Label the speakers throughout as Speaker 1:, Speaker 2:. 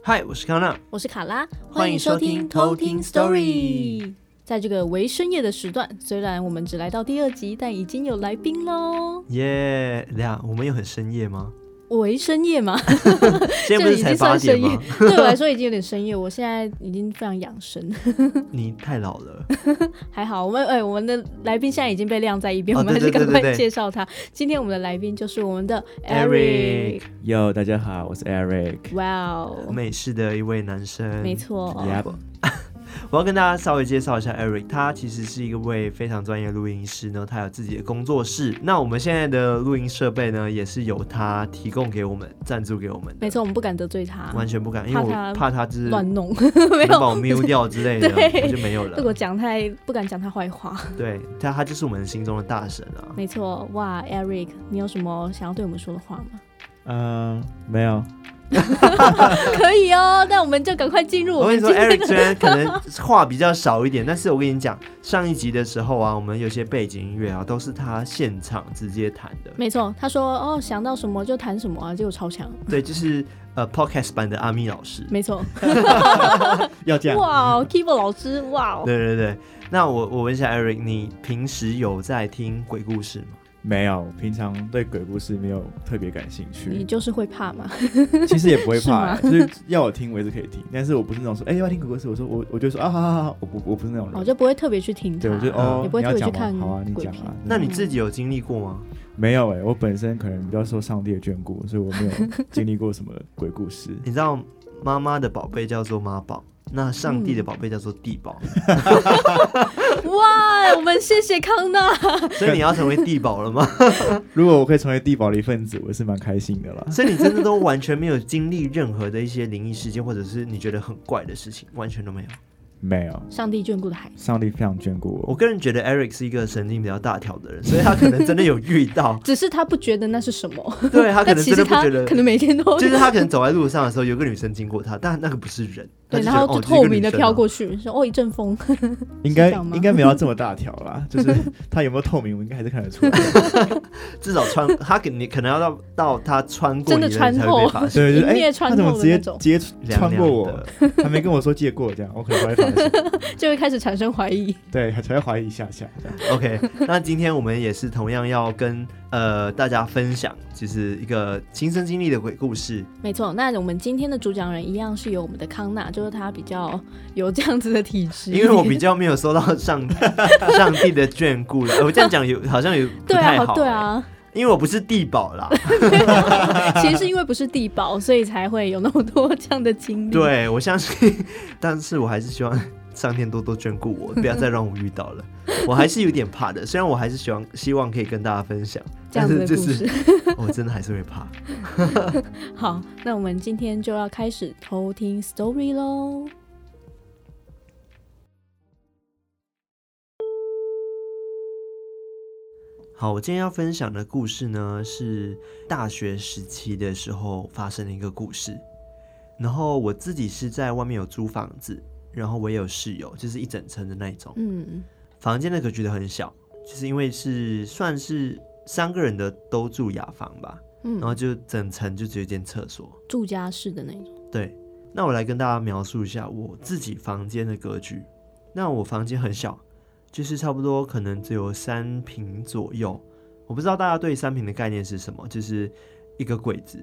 Speaker 1: 嗨，我是康娜，
Speaker 2: 我是卡拉，
Speaker 1: 欢迎收听偷听 Story。
Speaker 2: 在这个为深夜的时段，虽然我们只来到第二集，但已经有来宾喽。
Speaker 1: 耶！等一下，啊我们有很深夜 吗？
Speaker 2: 为深夜嘛，
Speaker 1: 现在不
Speaker 2: 这
Speaker 1: 是
Speaker 2: 已
Speaker 1: 才
Speaker 2: 经
Speaker 1: 八
Speaker 2: 算
Speaker 1: 点
Speaker 2: 深夜
Speaker 1: 吗？，
Speaker 2: 对我来说已经有点深夜。我现在已经非常养生，
Speaker 1: 你太老了，
Speaker 2: 还好。我们哎、我们的来宾现在已经被晾在一边，
Speaker 1: 哦
Speaker 2: 我们还
Speaker 1: 对
Speaker 2: 是
Speaker 1: 对
Speaker 2: 赶
Speaker 1: 对对
Speaker 2: 快
Speaker 1: 对
Speaker 2: 介绍他。今天我们的来宾就是我们的
Speaker 1: Eric 嗯
Speaker 2: Eric。
Speaker 3: Yo，大家好，我是 Eric。
Speaker 2: 哇哦，
Speaker 1: 美式的一位男生。
Speaker 2: 没错，
Speaker 3: Yep，
Speaker 1: 我要跟大家稍微介绍一下 Eric，他其实是一位非常专业的录音师呢，他有自己的工作室。那我们现在的录音设备呢，也是由他提供给我们、赞助给我们的
Speaker 2: 没错，我们不敢得罪他，
Speaker 1: 完全不敢，因为
Speaker 2: 怕他
Speaker 1: 我怕他就是
Speaker 2: 乱
Speaker 1: 能
Speaker 2: 弄，没
Speaker 1: 把我
Speaker 2: 有。
Speaker 1: mute 掉之类的，
Speaker 2: 对
Speaker 1: 我就没有
Speaker 2: 如果
Speaker 1: 了。
Speaker 2: 讲太不敢讲他坏话，
Speaker 1: 对，他他就是我们心中的大神啊。
Speaker 2: 没错。哇，Eric，你有什么想要对我们说的话吗？
Speaker 3: 嗯、没有，
Speaker 2: 可以哦，那我们就赶快进入
Speaker 1: 我跟
Speaker 2: 们
Speaker 1: 你说
Speaker 2: 今天的
Speaker 1: ，Eric 虽然可能话比较少一点， 但是我跟你讲，上一集的时候啊，我们有些背景音乐啊，都是他现场直接弹的。
Speaker 2: 没错，他说哦，想到什么就弹什么啊，结果超强。
Speaker 1: 对，就是呃，podcast 版的阿咪老师。
Speaker 2: 没错，
Speaker 3: 要这。
Speaker 2: 哇哦，Keyboard 老师，哇哦，
Speaker 1: 对对对，那我我问一下 Eric，你平时有在听鬼故事吗？
Speaker 2: 嗯
Speaker 3: 没有，平常对鬼故事没有特别感兴
Speaker 2: 你
Speaker 3: 趣，
Speaker 2: 就是会怕嘛？
Speaker 3: 其实也不会怕、
Speaker 2: 是吗
Speaker 3: 就是要我听我也是可以听，但是我不是那种说，哎、要听鬼故事，我说我我就说啊，好好好，我不我不是那种
Speaker 2: 我
Speaker 3: 人，
Speaker 2: 就不会特别去听它，
Speaker 3: 对，我就
Speaker 1: 嗯
Speaker 3: 哦，
Speaker 2: 也不会
Speaker 3: 你要
Speaker 2: 特别
Speaker 3: 讲
Speaker 2: 去
Speaker 3: 吗
Speaker 2: 看
Speaker 3: 好啊，你
Speaker 2: 鬼
Speaker 3: 讲
Speaker 2: 片
Speaker 3: 啊。
Speaker 1: 那你自己有经历过吗？
Speaker 3: 没有哎、我本身可能比较受上帝的眷顾，所以我没有经历过什么鬼故事。
Speaker 1: 你知道妈妈的宝贝叫做妈宝，那上帝的
Speaker 2: 嗯
Speaker 1: 宝贝叫做地宝，
Speaker 2: 哇，我们谢谢康纳，
Speaker 1: 所以你要成为地宝了吗？
Speaker 3: 如果我可以成为地堡的一份子，我是蛮开心的啦。
Speaker 1: 所以你真的都完全没有经历任何的一些灵异事件，或者是你觉得很怪的事情，完全都没有。
Speaker 3: 没有，
Speaker 2: 上帝眷顾的孩子，
Speaker 3: 上帝非常眷顾
Speaker 1: 我
Speaker 3: 我。
Speaker 1: 个人觉得 Eric 是一个神经比较大条的人，所以他可能真的有遇
Speaker 2: ，
Speaker 1: 到
Speaker 2: 只是他不觉得那是什么，
Speaker 1: 对他可
Speaker 2: 但
Speaker 1: 能
Speaker 2: 其
Speaker 1: 真的
Speaker 2: 实
Speaker 1: 不
Speaker 2: 他
Speaker 1: 觉得，
Speaker 2: 可能每天都
Speaker 1: 就是他可能走在路上的时候，有个女生经过他，但那个不是人，
Speaker 2: 对，
Speaker 1: 他
Speaker 2: 然
Speaker 1: 觉得
Speaker 2: 后就
Speaker 1: 哦这
Speaker 2: 透
Speaker 1: 是一个
Speaker 2: 明的
Speaker 1: 女生啊
Speaker 2: 飘过去，说哦一阵风，
Speaker 3: 应该
Speaker 2: 是这样吗
Speaker 3: 应该没有到这么大条 啦，就是它有没有透明，我应该还是看得出来。
Speaker 1: 至少穿他可你可能要到到他穿过
Speaker 2: 真
Speaker 1: 你
Speaker 2: 的
Speaker 1: 人
Speaker 2: 穿
Speaker 1: 才
Speaker 2: 透
Speaker 1: 会被发现。
Speaker 3: 对，就是
Speaker 2: 一灭
Speaker 3: 哎，
Speaker 2: 穿
Speaker 3: 他怎么
Speaker 2: 透的
Speaker 3: 直接
Speaker 2: 那种
Speaker 3: 直接穿过
Speaker 1: 凉凉
Speaker 3: 我，还没跟我说借过 这样，我可能会发现，
Speaker 2: 就会开始产生怀疑。
Speaker 3: 对，还才会怀疑一下下这样。
Speaker 1: OK，那 今天我们也是同样要跟呃大家分享，就是一个亲身经历的鬼故事。
Speaker 2: 没错，那我们今天的主讲人一样是由我们的康纳，就是他比较有这样子的体质，
Speaker 1: 因为 我比较没有受到上上帝的眷顾了，呃我这样讲有好像有不
Speaker 2: 对
Speaker 1: 太
Speaker 2: 啊
Speaker 1: 好、，欸
Speaker 2: 对，啊，
Speaker 1: 因为我不是地保啦，
Speaker 2: 其实是因为不是地保，所以才会有那么多这样的经历。，
Speaker 1: 对我相信， 但是我还是希望上天多多眷顾我，不要再让我遇到 了。我还是有点怕的，虽然我还是希望希望可以跟大家分享，
Speaker 2: 这样
Speaker 1: 但是
Speaker 2: 子的
Speaker 1: 就
Speaker 2: 故
Speaker 1: 是哦
Speaker 2: 事。
Speaker 1: 我真的还是会怕。
Speaker 2: 好，那我们今天就要开始偷听 story 喽。
Speaker 1: 好，我今天要分享的故事呢，是大学时期的时候发生的一个故事。然后我自己是在外面有租房子，然后我也有室友，就是一整层的那一种。
Speaker 2: 嗯，
Speaker 1: 房间的格局的很小，就是因为是算是三个人的都住雅房吧，
Speaker 2: 嗯
Speaker 1: 然后就整层就只有一间厕所。
Speaker 2: 住家式的那种。
Speaker 1: 对，那我来跟大家描述一下我自己房间的格局。那我房间很小，就是差不多可能只有三平左右。我不知道大家对三平的概念是什么，就是一个柜子，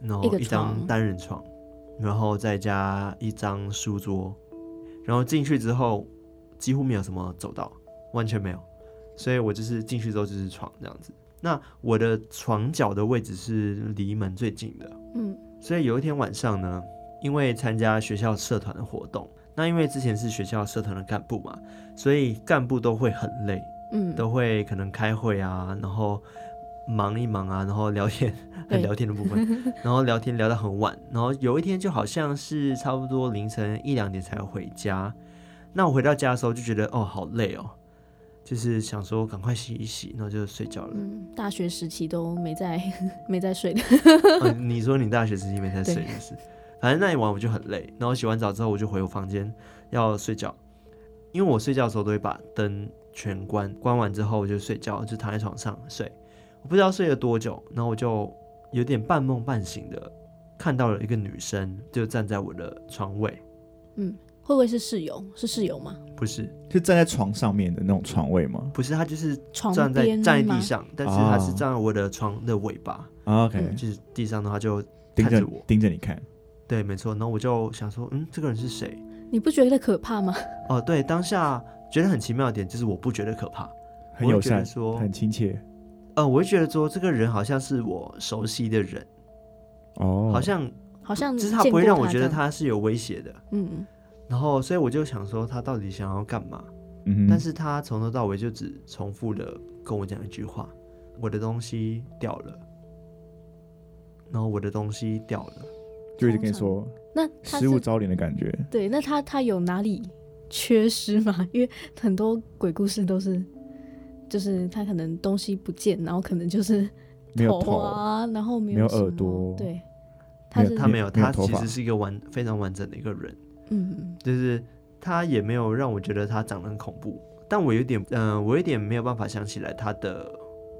Speaker 1: 然
Speaker 2: 一
Speaker 1: 后
Speaker 2: 个
Speaker 1: 一张
Speaker 2: 床
Speaker 1: 单人床，然后再加一张书桌，然后进去之后几乎没有什么走道，完全没有。所以我就是进去之后就是床这样子。那我的床脚的位置是离门最近的，
Speaker 2: 嗯
Speaker 1: 所以有一天晚上呢，因为参加学校社团的活动，那因为之前是学校社团的干部嘛，所以干部都会很累，
Speaker 2: 嗯，
Speaker 1: 都会可能开会啊，然后忙一忙啊，然后聊天，
Speaker 2: 对
Speaker 1: 很聊天的部 分，然后聊天聊到很晚，然后有一天就好像是差不多凌晨一两点才回家，那我回到家的时候就觉得哦好累哦，就是想说赶快洗一洗，然后就睡觉了。
Speaker 2: 嗯，大学时期都没在 没在睡的。
Speaker 1: 哦你说你大学时期没在睡
Speaker 2: 对
Speaker 1: 也是，反正那一晚我就很累，然后洗完澡之后我就回我房间要睡觉，因为我睡觉的时候都会把灯全关，关完之后我就睡觉，就躺在床上睡。我不知道睡了多久，然后我就有点半梦半醒的看到了一个女生就站在我的床位，
Speaker 2: 会不会是室友？是室友吗？
Speaker 1: 不是
Speaker 3: 是站在床上面的那种床位吗
Speaker 1: 不是，她就是
Speaker 2: 床
Speaker 1: 站在
Speaker 2: 边
Speaker 1: 站在
Speaker 2: 吗
Speaker 1: 地上，但是她是
Speaker 3: 哦
Speaker 1: 站在我的床的尾巴，
Speaker 3: 啊？OK，、
Speaker 2: 嗯
Speaker 1: 就是地上的话就
Speaker 3: 盯
Speaker 1: 看
Speaker 3: 着
Speaker 1: 着
Speaker 3: 你
Speaker 1: 我，
Speaker 3: 盯着你看，
Speaker 1: 对，没错。然后我就想说，嗯，这个人是谁？
Speaker 2: 你不觉得可怕吗？
Speaker 1: 哦，对，当下觉得很奇妙的点就是我不觉得可怕，
Speaker 3: 很
Speaker 1: 我
Speaker 3: 友
Speaker 1: 会觉得
Speaker 3: 善，
Speaker 1: 说
Speaker 3: 很亲切
Speaker 1: 呃，我会觉得说这个人好像是我熟悉的人，
Speaker 3: 哦，
Speaker 1: 好像
Speaker 2: 好像
Speaker 1: 只是他
Speaker 2: 见
Speaker 1: 不会
Speaker 2: 过
Speaker 1: 让我
Speaker 2: 他
Speaker 1: 觉得
Speaker 2: 这样，
Speaker 1: 他是有威胁的。
Speaker 2: 嗯嗯，
Speaker 1: 然后，所以我就想说他到底想要干嘛？
Speaker 3: 嗯哼，
Speaker 1: 但是他从头到尾就只重复的跟我讲一句话：我的东西掉了，然后我的东西掉了。
Speaker 3: 就一直跟你说
Speaker 2: 那他
Speaker 3: 失物
Speaker 2: 是
Speaker 3: 招领的感觉，
Speaker 2: 对，那他他有哪里缺失吗？ 因为很多鬼故事都是，就是他可能东西不见，然后可能就是
Speaker 3: 没有头，
Speaker 2: 啊，然后没
Speaker 3: 没有
Speaker 2: 什么
Speaker 3: 耳朵
Speaker 2: 对，他
Speaker 3: 有
Speaker 2: 是
Speaker 1: 他没有，
Speaker 3: 没有
Speaker 1: 他
Speaker 3: 头
Speaker 1: 其
Speaker 3: 发
Speaker 1: 实是一个完非常完整的一个人，
Speaker 2: 嗯，
Speaker 1: 就是他也没有让我觉得他长得很恐怖，但我有点，嗯、我有点没有办法想起来他的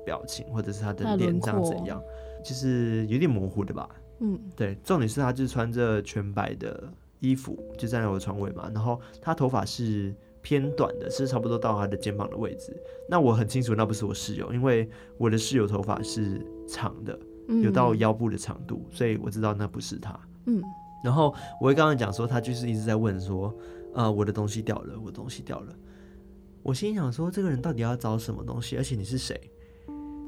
Speaker 1: 表情或者是他的
Speaker 2: 他的
Speaker 1: 脸
Speaker 2: 轮
Speaker 1: 长怎
Speaker 2: 廓
Speaker 1: 样，就是有点模糊的吧。
Speaker 2: 嗯
Speaker 1: 对，重点是他就是穿着全白的衣服，就站在我的床尾嘛。然后他头发是偏短的，是差不多到他的肩膀的位置。那我很清楚，那不是我室友，因为我的室友头发是长的，
Speaker 2: 嗯，
Speaker 1: 有到腰部的长度，所以我知道那不是他。
Speaker 2: 嗯，
Speaker 1: 然后我会刚刚讲说，他就是一直在问说，呃，我的东西掉了，我的东西掉了。我心想说，这个人到底要找什么东西？而且你是谁？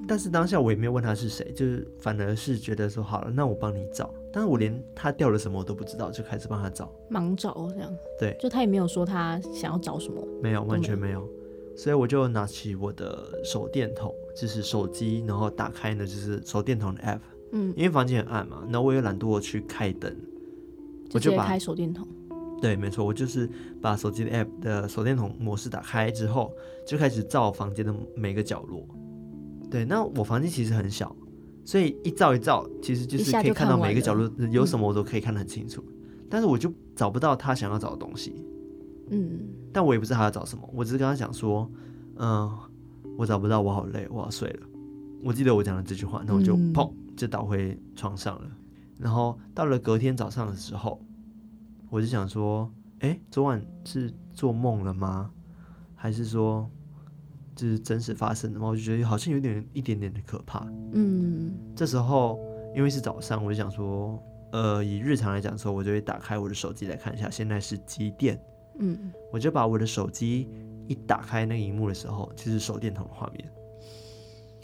Speaker 1: 但是当下我也没有问他是谁，就是反而是觉得说好了，那我帮你找。但是我连他掉了什么我都不知道，就开始帮他找，
Speaker 2: 盲找这样，
Speaker 1: 对
Speaker 2: 就他也没有说他想要找什么，
Speaker 1: 没有，完全没有。所以我就拿起我的手电筒，就是手机，然后打开呢就是手电筒的 app，
Speaker 2: 嗯，
Speaker 1: 因为房间很暗嘛，然后我也懒惰去开灯，我
Speaker 2: 直
Speaker 1: 就
Speaker 2: 接
Speaker 1: 把
Speaker 2: 开手电筒，
Speaker 1: 对，没错，我就是把手机的 app 的手电筒模式打开之后，就开始照房间的每个角落。对，那我房间其实很小，所以一照一照，其实就
Speaker 2: 一
Speaker 1: 是
Speaker 2: 下
Speaker 1: 可以
Speaker 2: 就
Speaker 1: 看
Speaker 2: 看
Speaker 1: 到每
Speaker 2: 完
Speaker 1: 个角
Speaker 2: 了嗯
Speaker 1: 落有什么，我都可以看得很清楚。但是我就找不到他想要找的东西，
Speaker 2: 嗯，
Speaker 1: 但我也不知道他要找什么，我只是跟他讲说，嗯，我找不到，我好累，我要睡了。我记得我讲了这句话，那我就
Speaker 2: 嗯
Speaker 1: 砰就倒回床上了。然后到了隔天早上的时候，我就想说，诶，昨晚是做梦了吗？还是说这是真实发生的吗？我就觉得好像有点一点点的可怕。
Speaker 2: 嗯，
Speaker 1: 这时候因为是早上，我就想说，呃，以日常来讲说，我就会打开我的手机来看一下现在是几点。
Speaker 2: 嗯，
Speaker 1: 我就把我的手机一打开那个荧幕的时候，就是手电筒的画面。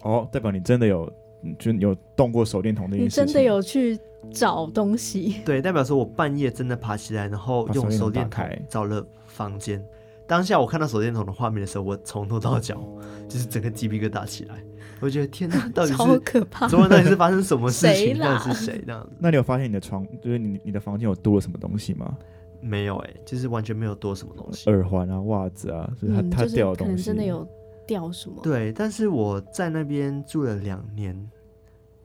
Speaker 3: 哦，代表你真的有，嗯就你有动过手电筒那
Speaker 2: 你
Speaker 3: 件事情，
Speaker 2: 真的有去找东西，
Speaker 1: 对，代表说我半夜真的爬起来，然后用
Speaker 3: 把
Speaker 1: 手
Speaker 3: 手
Speaker 1: 电
Speaker 3: 电
Speaker 1: 筒
Speaker 3: 筒打开
Speaker 1: 找了房间。当下我看到手电筒的画面的时候，我从头到脚就是整个鸡皮疙瘩起来。我觉得天哪，到底
Speaker 2: 超
Speaker 1: 是
Speaker 2: 可怕，
Speaker 1: 昨晚到底是发生什么事
Speaker 2: 谁
Speaker 1: 情？到
Speaker 2: 啦
Speaker 1: 底是谁这样子？
Speaker 3: 那你有发现你的床，就是你你的房间有多了什么东西吗？
Speaker 1: 没有哎、就是完全没有多什么东西。
Speaker 3: 耳环啊、袜子啊，就是它、
Speaker 2: 嗯，
Speaker 3: 它
Speaker 2: 就是
Speaker 3: 掉的
Speaker 2: 可
Speaker 3: 东
Speaker 2: 能
Speaker 3: 西，
Speaker 2: 真的有掉什么，
Speaker 1: 对，但是我在那边住了两年，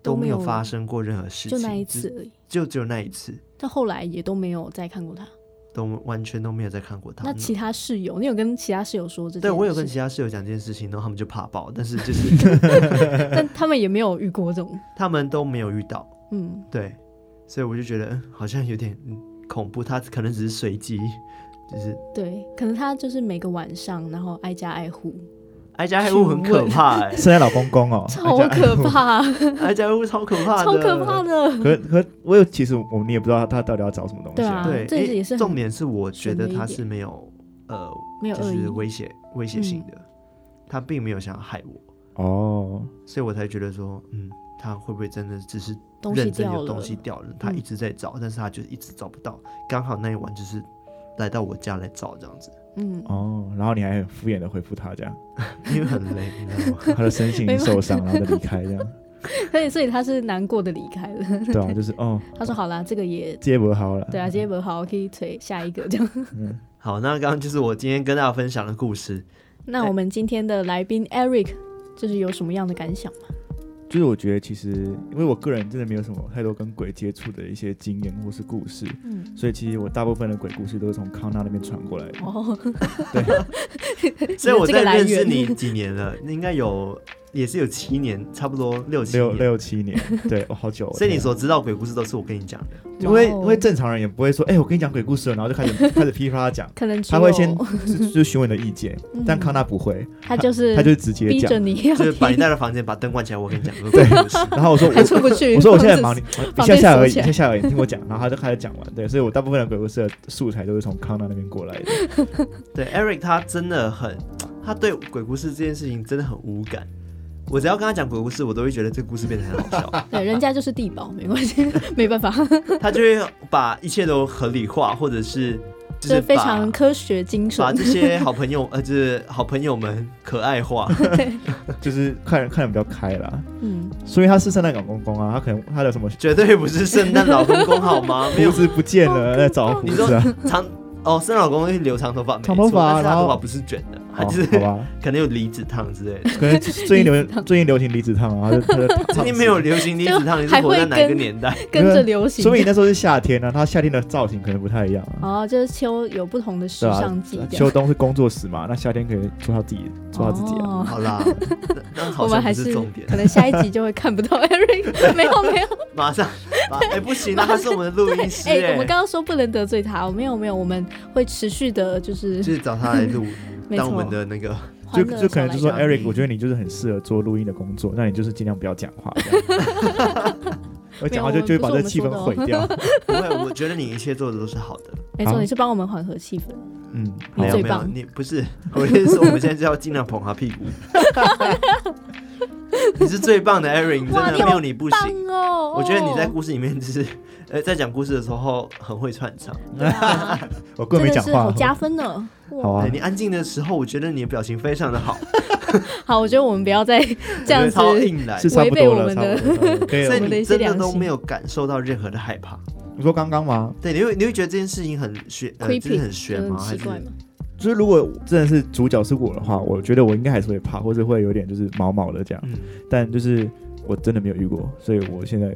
Speaker 2: 都
Speaker 1: 都
Speaker 2: 没
Speaker 1: 没
Speaker 2: 有
Speaker 1: 有发生过任何事情，
Speaker 2: 就那一
Speaker 1: 只
Speaker 2: 次而已。
Speaker 1: 就只有那一次，
Speaker 2: 但后来也都没有再看过他。
Speaker 1: 都完全都没有再看过他。
Speaker 2: 那其他室友，你有跟其他室友说这件事？
Speaker 1: 对我有跟其他室友讲这件事情，然后他们就怕爆，但是就是
Speaker 2: 但他们也没有遇过这种，
Speaker 1: 他们都没有遇到，
Speaker 2: 嗯，
Speaker 1: 对，所以我就觉得嗯好像有点嗯恐怖，他可能只是随机，就是
Speaker 2: 对，可能他就是每个晚上，然后挨家挨户，。
Speaker 1: 挨家挨户很可怕哎、
Speaker 3: 圣诞老公公哦
Speaker 2: 超可怕，
Speaker 1: 挨家挨户超可怕的，
Speaker 2: 超可怕。的，
Speaker 3: 哎可可，我有其实我们也不知道他他到底要找什么东西、
Speaker 2: 啊
Speaker 1: 对，
Speaker 2: 这
Speaker 1: 因为
Speaker 2: 也是很
Speaker 1: 重点是我觉得
Speaker 2: 悬的一
Speaker 1: 他
Speaker 2: 点
Speaker 1: 是没有呃，
Speaker 2: 没有
Speaker 1: 就
Speaker 2: 恶意嗯
Speaker 1: 是。威胁威胁性的，他并没有想要害我，
Speaker 3: 哦，
Speaker 1: 所以我才觉得说，嗯，他会不会真的只是
Speaker 2: 东西
Speaker 1: 认真
Speaker 2: 掉
Speaker 1: 有
Speaker 2: 了，嗯
Speaker 1: 东西掉了，他一直在找，但是他就一直找不到，刚好那一晚就是来到我家来找这样子。
Speaker 2: 嗯，
Speaker 3: 哦，然后你还很敷衍的回复他这样，
Speaker 1: 因为很累，你知道吗？
Speaker 3: 他的身心
Speaker 2: 没
Speaker 3: 灵
Speaker 2: 办
Speaker 3: 受伤， 然后再离开这样，
Speaker 2: 所以所以他是难过的离开了。
Speaker 3: 对啊，就是哦，
Speaker 2: 他说：“好啦，这个也
Speaker 3: 接不好了，
Speaker 2: 对啊，今天不好，可以推下一个这样。
Speaker 1: 好，那刚刚就是我今天跟大家分享的故事。”
Speaker 2: 那我们今天的来宾 Eric 就是有什么样的感想吗？
Speaker 3: 就是我觉得其实，因为我个人真的没有什么太多跟鬼接触的一些经验或是故事，
Speaker 2: 嗯，
Speaker 3: 所以其实我大部分的鬼故事都是从康纳那边传过来的。
Speaker 2: 哦，
Speaker 1: 所以我
Speaker 2: 这个
Speaker 1: 在
Speaker 2: 来
Speaker 1: 认识
Speaker 2: 源
Speaker 1: 你几年了，应该有也是有七年，差不多六七
Speaker 2: 啊
Speaker 3: 六
Speaker 1: 年。
Speaker 3: 六七年，对，哦、好久、哦。
Speaker 1: 所以你
Speaker 3: 天啊
Speaker 1: 所知道鬼故事都是我跟你讲 的，
Speaker 3: 因为
Speaker 2: 哇哦
Speaker 3: 因为正常人也不会说，哎、我跟你讲鬼故事了，然后 就开始开始噼里啪啦讲，
Speaker 2: 可能只
Speaker 3: 他会
Speaker 2: 有
Speaker 3: 先就 就询问你的意见，
Speaker 2: 哦嗯
Speaker 3: 但康纳不会，
Speaker 2: 他就是
Speaker 3: 他就直接
Speaker 2: 逼
Speaker 3: 讲
Speaker 2: 着。你要
Speaker 1: 就是把你
Speaker 2: 听，
Speaker 1: 带到房间，把灯关起来，我跟你讲这个鬼故事。
Speaker 3: 然后我说 我
Speaker 2: 还出不去。
Speaker 3: 我说我现在
Speaker 2: 房子
Speaker 3: 忙，你你
Speaker 2: 房
Speaker 3: 下
Speaker 2: 间
Speaker 3: 下
Speaker 2: 锁
Speaker 3: 而已，
Speaker 2: 起来
Speaker 3: 下下而已，你听我讲。然后他就开始讲完，对，所以我大部分的鬼故事的素材都是从康纳那边过来的。
Speaker 1: 对，Eric 他真的很，他对鬼故事这件事情真的很无感。我只要跟他讲鬼故事，我都会觉得这个故事变得很好笑。
Speaker 2: 对，人家就是地保，没 关系，没办法，
Speaker 1: 他就会把一切都合理化，或者是就
Speaker 2: 就是是非
Speaker 1: 把
Speaker 2: 常科学精
Speaker 1: 把
Speaker 2: 准。
Speaker 1: 这些好朋 友，呃，就是好朋友们可爱化。
Speaker 3: 就是看人看的比较开啦。
Speaker 2: 嗯，
Speaker 3: 所以他是圣诞老公公啊，他可能他的什么
Speaker 1: 绝对不是圣诞老公公好吗？没
Speaker 3: 胡
Speaker 1: 有，
Speaker 3: 子不见
Speaker 2: 哦
Speaker 3: 了，在找胡子啊，
Speaker 1: 长哦，圣诞老公公是留长头发，没
Speaker 3: 长头发
Speaker 1: 错但是他
Speaker 3: 然后
Speaker 1: 头发不是卷的，他
Speaker 3: 好
Speaker 1: 就是
Speaker 3: 好吧？
Speaker 1: 可能有离子烫之 类的。
Speaker 3: 可能最近 流最近流行离子烫啊，他就他就
Speaker 1: 最近没有，流行离子烫，你是
Speaker 2: 还
Speaker 1: 活在
Speaker 2: 会
Speaker 1: 哪一个
Speaker 2: 跟
Speaker 1: 年 代？
Speaker 2: 跟着流行。
Speaker 3: 所以那时候是夏天啊，他夏天的造型可能不太一样啊，
Speaker 2: 哦，就是秋有不同的时
Speaker 3: 对啊
Speaker 2: 尚季，，这
Speaker 3: 秋
Speaker 2: 样
Speaker 3: 冬是工作室嘛，那夏天可以做他自己做他自己啊。
Speaker 2: 哦
Speaker 1: 好啦，那那好
Speaker 2: 我们
Speaker 1: 像
Speaker 2: 还
Speaker 1: 不
Speaker 2: 是
Speaker 1: 重点
Speaker 2: 可。能下一集就会看不到 Eric，没有没有，
Speaker 1: 马上，马 哎、不行啊，
Speaker 2: 马上
Speaker 1: 他是我们的录音师
Speaker 2: 哎、
Speaker 1: 哎、
Speaker 2: 我们刚刚说不能得罪他，没有没有，我们会持续的，就
Speaker 1: 哎
Speaker 2: 是
Speaker 1: 就是找他来录，
Speaker 2: 没错
Speaker 1: 当我们的那个
Speaker 2: 哦欢
Speaker 3: 就
Speaker 2: 乐
Speaker 3: 就可能就说
Speaker 2: 小
Speaker 1: 来宾
Speaker 3: Eric，我觉得你就是很适合做录音的工作，那你就是尽量不要讲 话，这样我讲话就就会把这气氛毁掉。
Speaker 1: 不会，我觉得你一切做的都是好的。
Speaker 2: 没
Speaker 3: 好
Speaker 2: 错，你是帮我们缓和气氛，
Speaker 3: 嗯，
Speaker 2: 你
Speaker 1: 没有
Speaker 2: 最
Speaker 1: 没有，
Speaker 2: 棒
Speaker 1: 你不是， 我的意思是，我们现在就要尽量捧他啊屁股。 你是最棒的 Eric，你真
Speaker 2: 哇
Speaker 1: 的
Speaker 2: 你好
Speaker 1: 没有你不
Speaker 2: 棒
Speaker 1: 行。
Speaker 2: 哦！
Speaker 1: 我觉得你在故事里面就是，呃，在讲故事的时候很会串场。
Speaker 2: 对 啊
Speaker 3: 我
Speaker 2: 真
Speaker 3: 根本没
Speaker 2: 的
Speaker 3: 讲
Speaker 2: 是好
Speaker 3: 话。
Speaker 2: 加分哦呢。哇
Speaker 3: 好啊
Speaker 1: 对你安静的时候，我觉得你的表情非常的好，
Speaker 2: 好，我觉得我们不要再这样
Speaker 1: 我觉得
Speaker 2: 子，
Speaker 1: 超硬来
Speaker 3: 是。差不多
Speaker 2: 违背
Speaker 3: 了，
Speaker 2: 我们
Speaker 3: 差
Speaker 2: 的
Speaker 3: 不多差不多。可以
Speaker 1: 所以
Speaker 3: 了
Speaker 2: 我们的
Speaker 1: 你
Speaker 2: 一些
Speaker 1: 真的
Speaker 2: 良
Speaker 1: 都
Speaker 2: 心
Speaker 1: 没有感受到任何的害怕，
Speaker 3: 你说刚刚吗？
Speaker 1: 对，你会你会觉得这件事情很玄，呃，
Speaker 2: Creepy，
Speaker 1: 就是很玄
Speaker 2: 就
Speaker 1: 吗？还
Speaker 2: 很
Speaker 1: 是
Speaker 2: 奇怪嘛。
Speaker 3: 就是如果真的是主角是我的话，我觉得我应该还是会怕，或者会有点就是毛毛的这样。
Speaker 1: 嗯，
Speaker 3: 但就是我真的没有遇过，所以我现在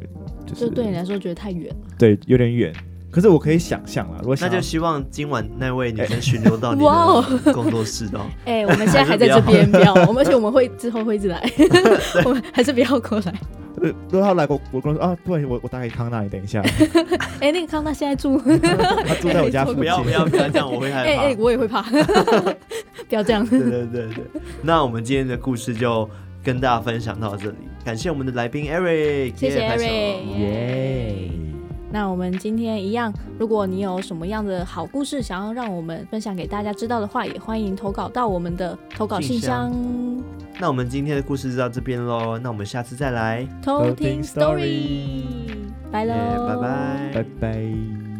Speaker 3: 就是
Speaker 2: 就对你来说觉得太远了。
Speaker 3: 对有点远。可是我可以想象啦，如果
Speaker 1: 那
Speaker 3: 想要
Speaker 1: 就希望今晚那位女生巡逻到你
Speaker 2: 哇
Speaker 1: 的工作室哦。
Speaker 2: 哎、我们现在还在这边，不 要，我们而且我们会之后会一直来， 我们还是不要过来。
Speaker 3: 呃如果他来过我公司啊，不然我我打给康纳，你等一下，
Speaker 2: 哎、那个康纳现在住，
Speaker 3: 他住在我家附近。
Speaker 1: 不要不 要不要这样，我会
Speaker 2: 哎
Speaker 1: 害
Speaker 2: 哎、
Speaker 1: 怕。
Speaker 2: 我也会怕，不要这样。
Speaker 1: 对 对对对，那我们今天的故事就跟大家分享到这里，感谢我们的来宾 Eric，
Speaker 2: 谢谢
Speaker 1: 耶拍手
Speaker 2: Eric 那我们今天一样，如果你有什么样的好故事想要让我们分享给大家知道的话，也欢迎投稿到我们的投稿信箱，
Speaker 1: 那我们今天的故事就到这边喽，那我们下次再来，
Speaker 2: 偷听
Speaker 3: 偷听
Speaker 2: story，拜
Speaker 1: 耶
Speaker 2: 喽，
Speaker 1: 拜拜，
Speaker 3: 拜拜。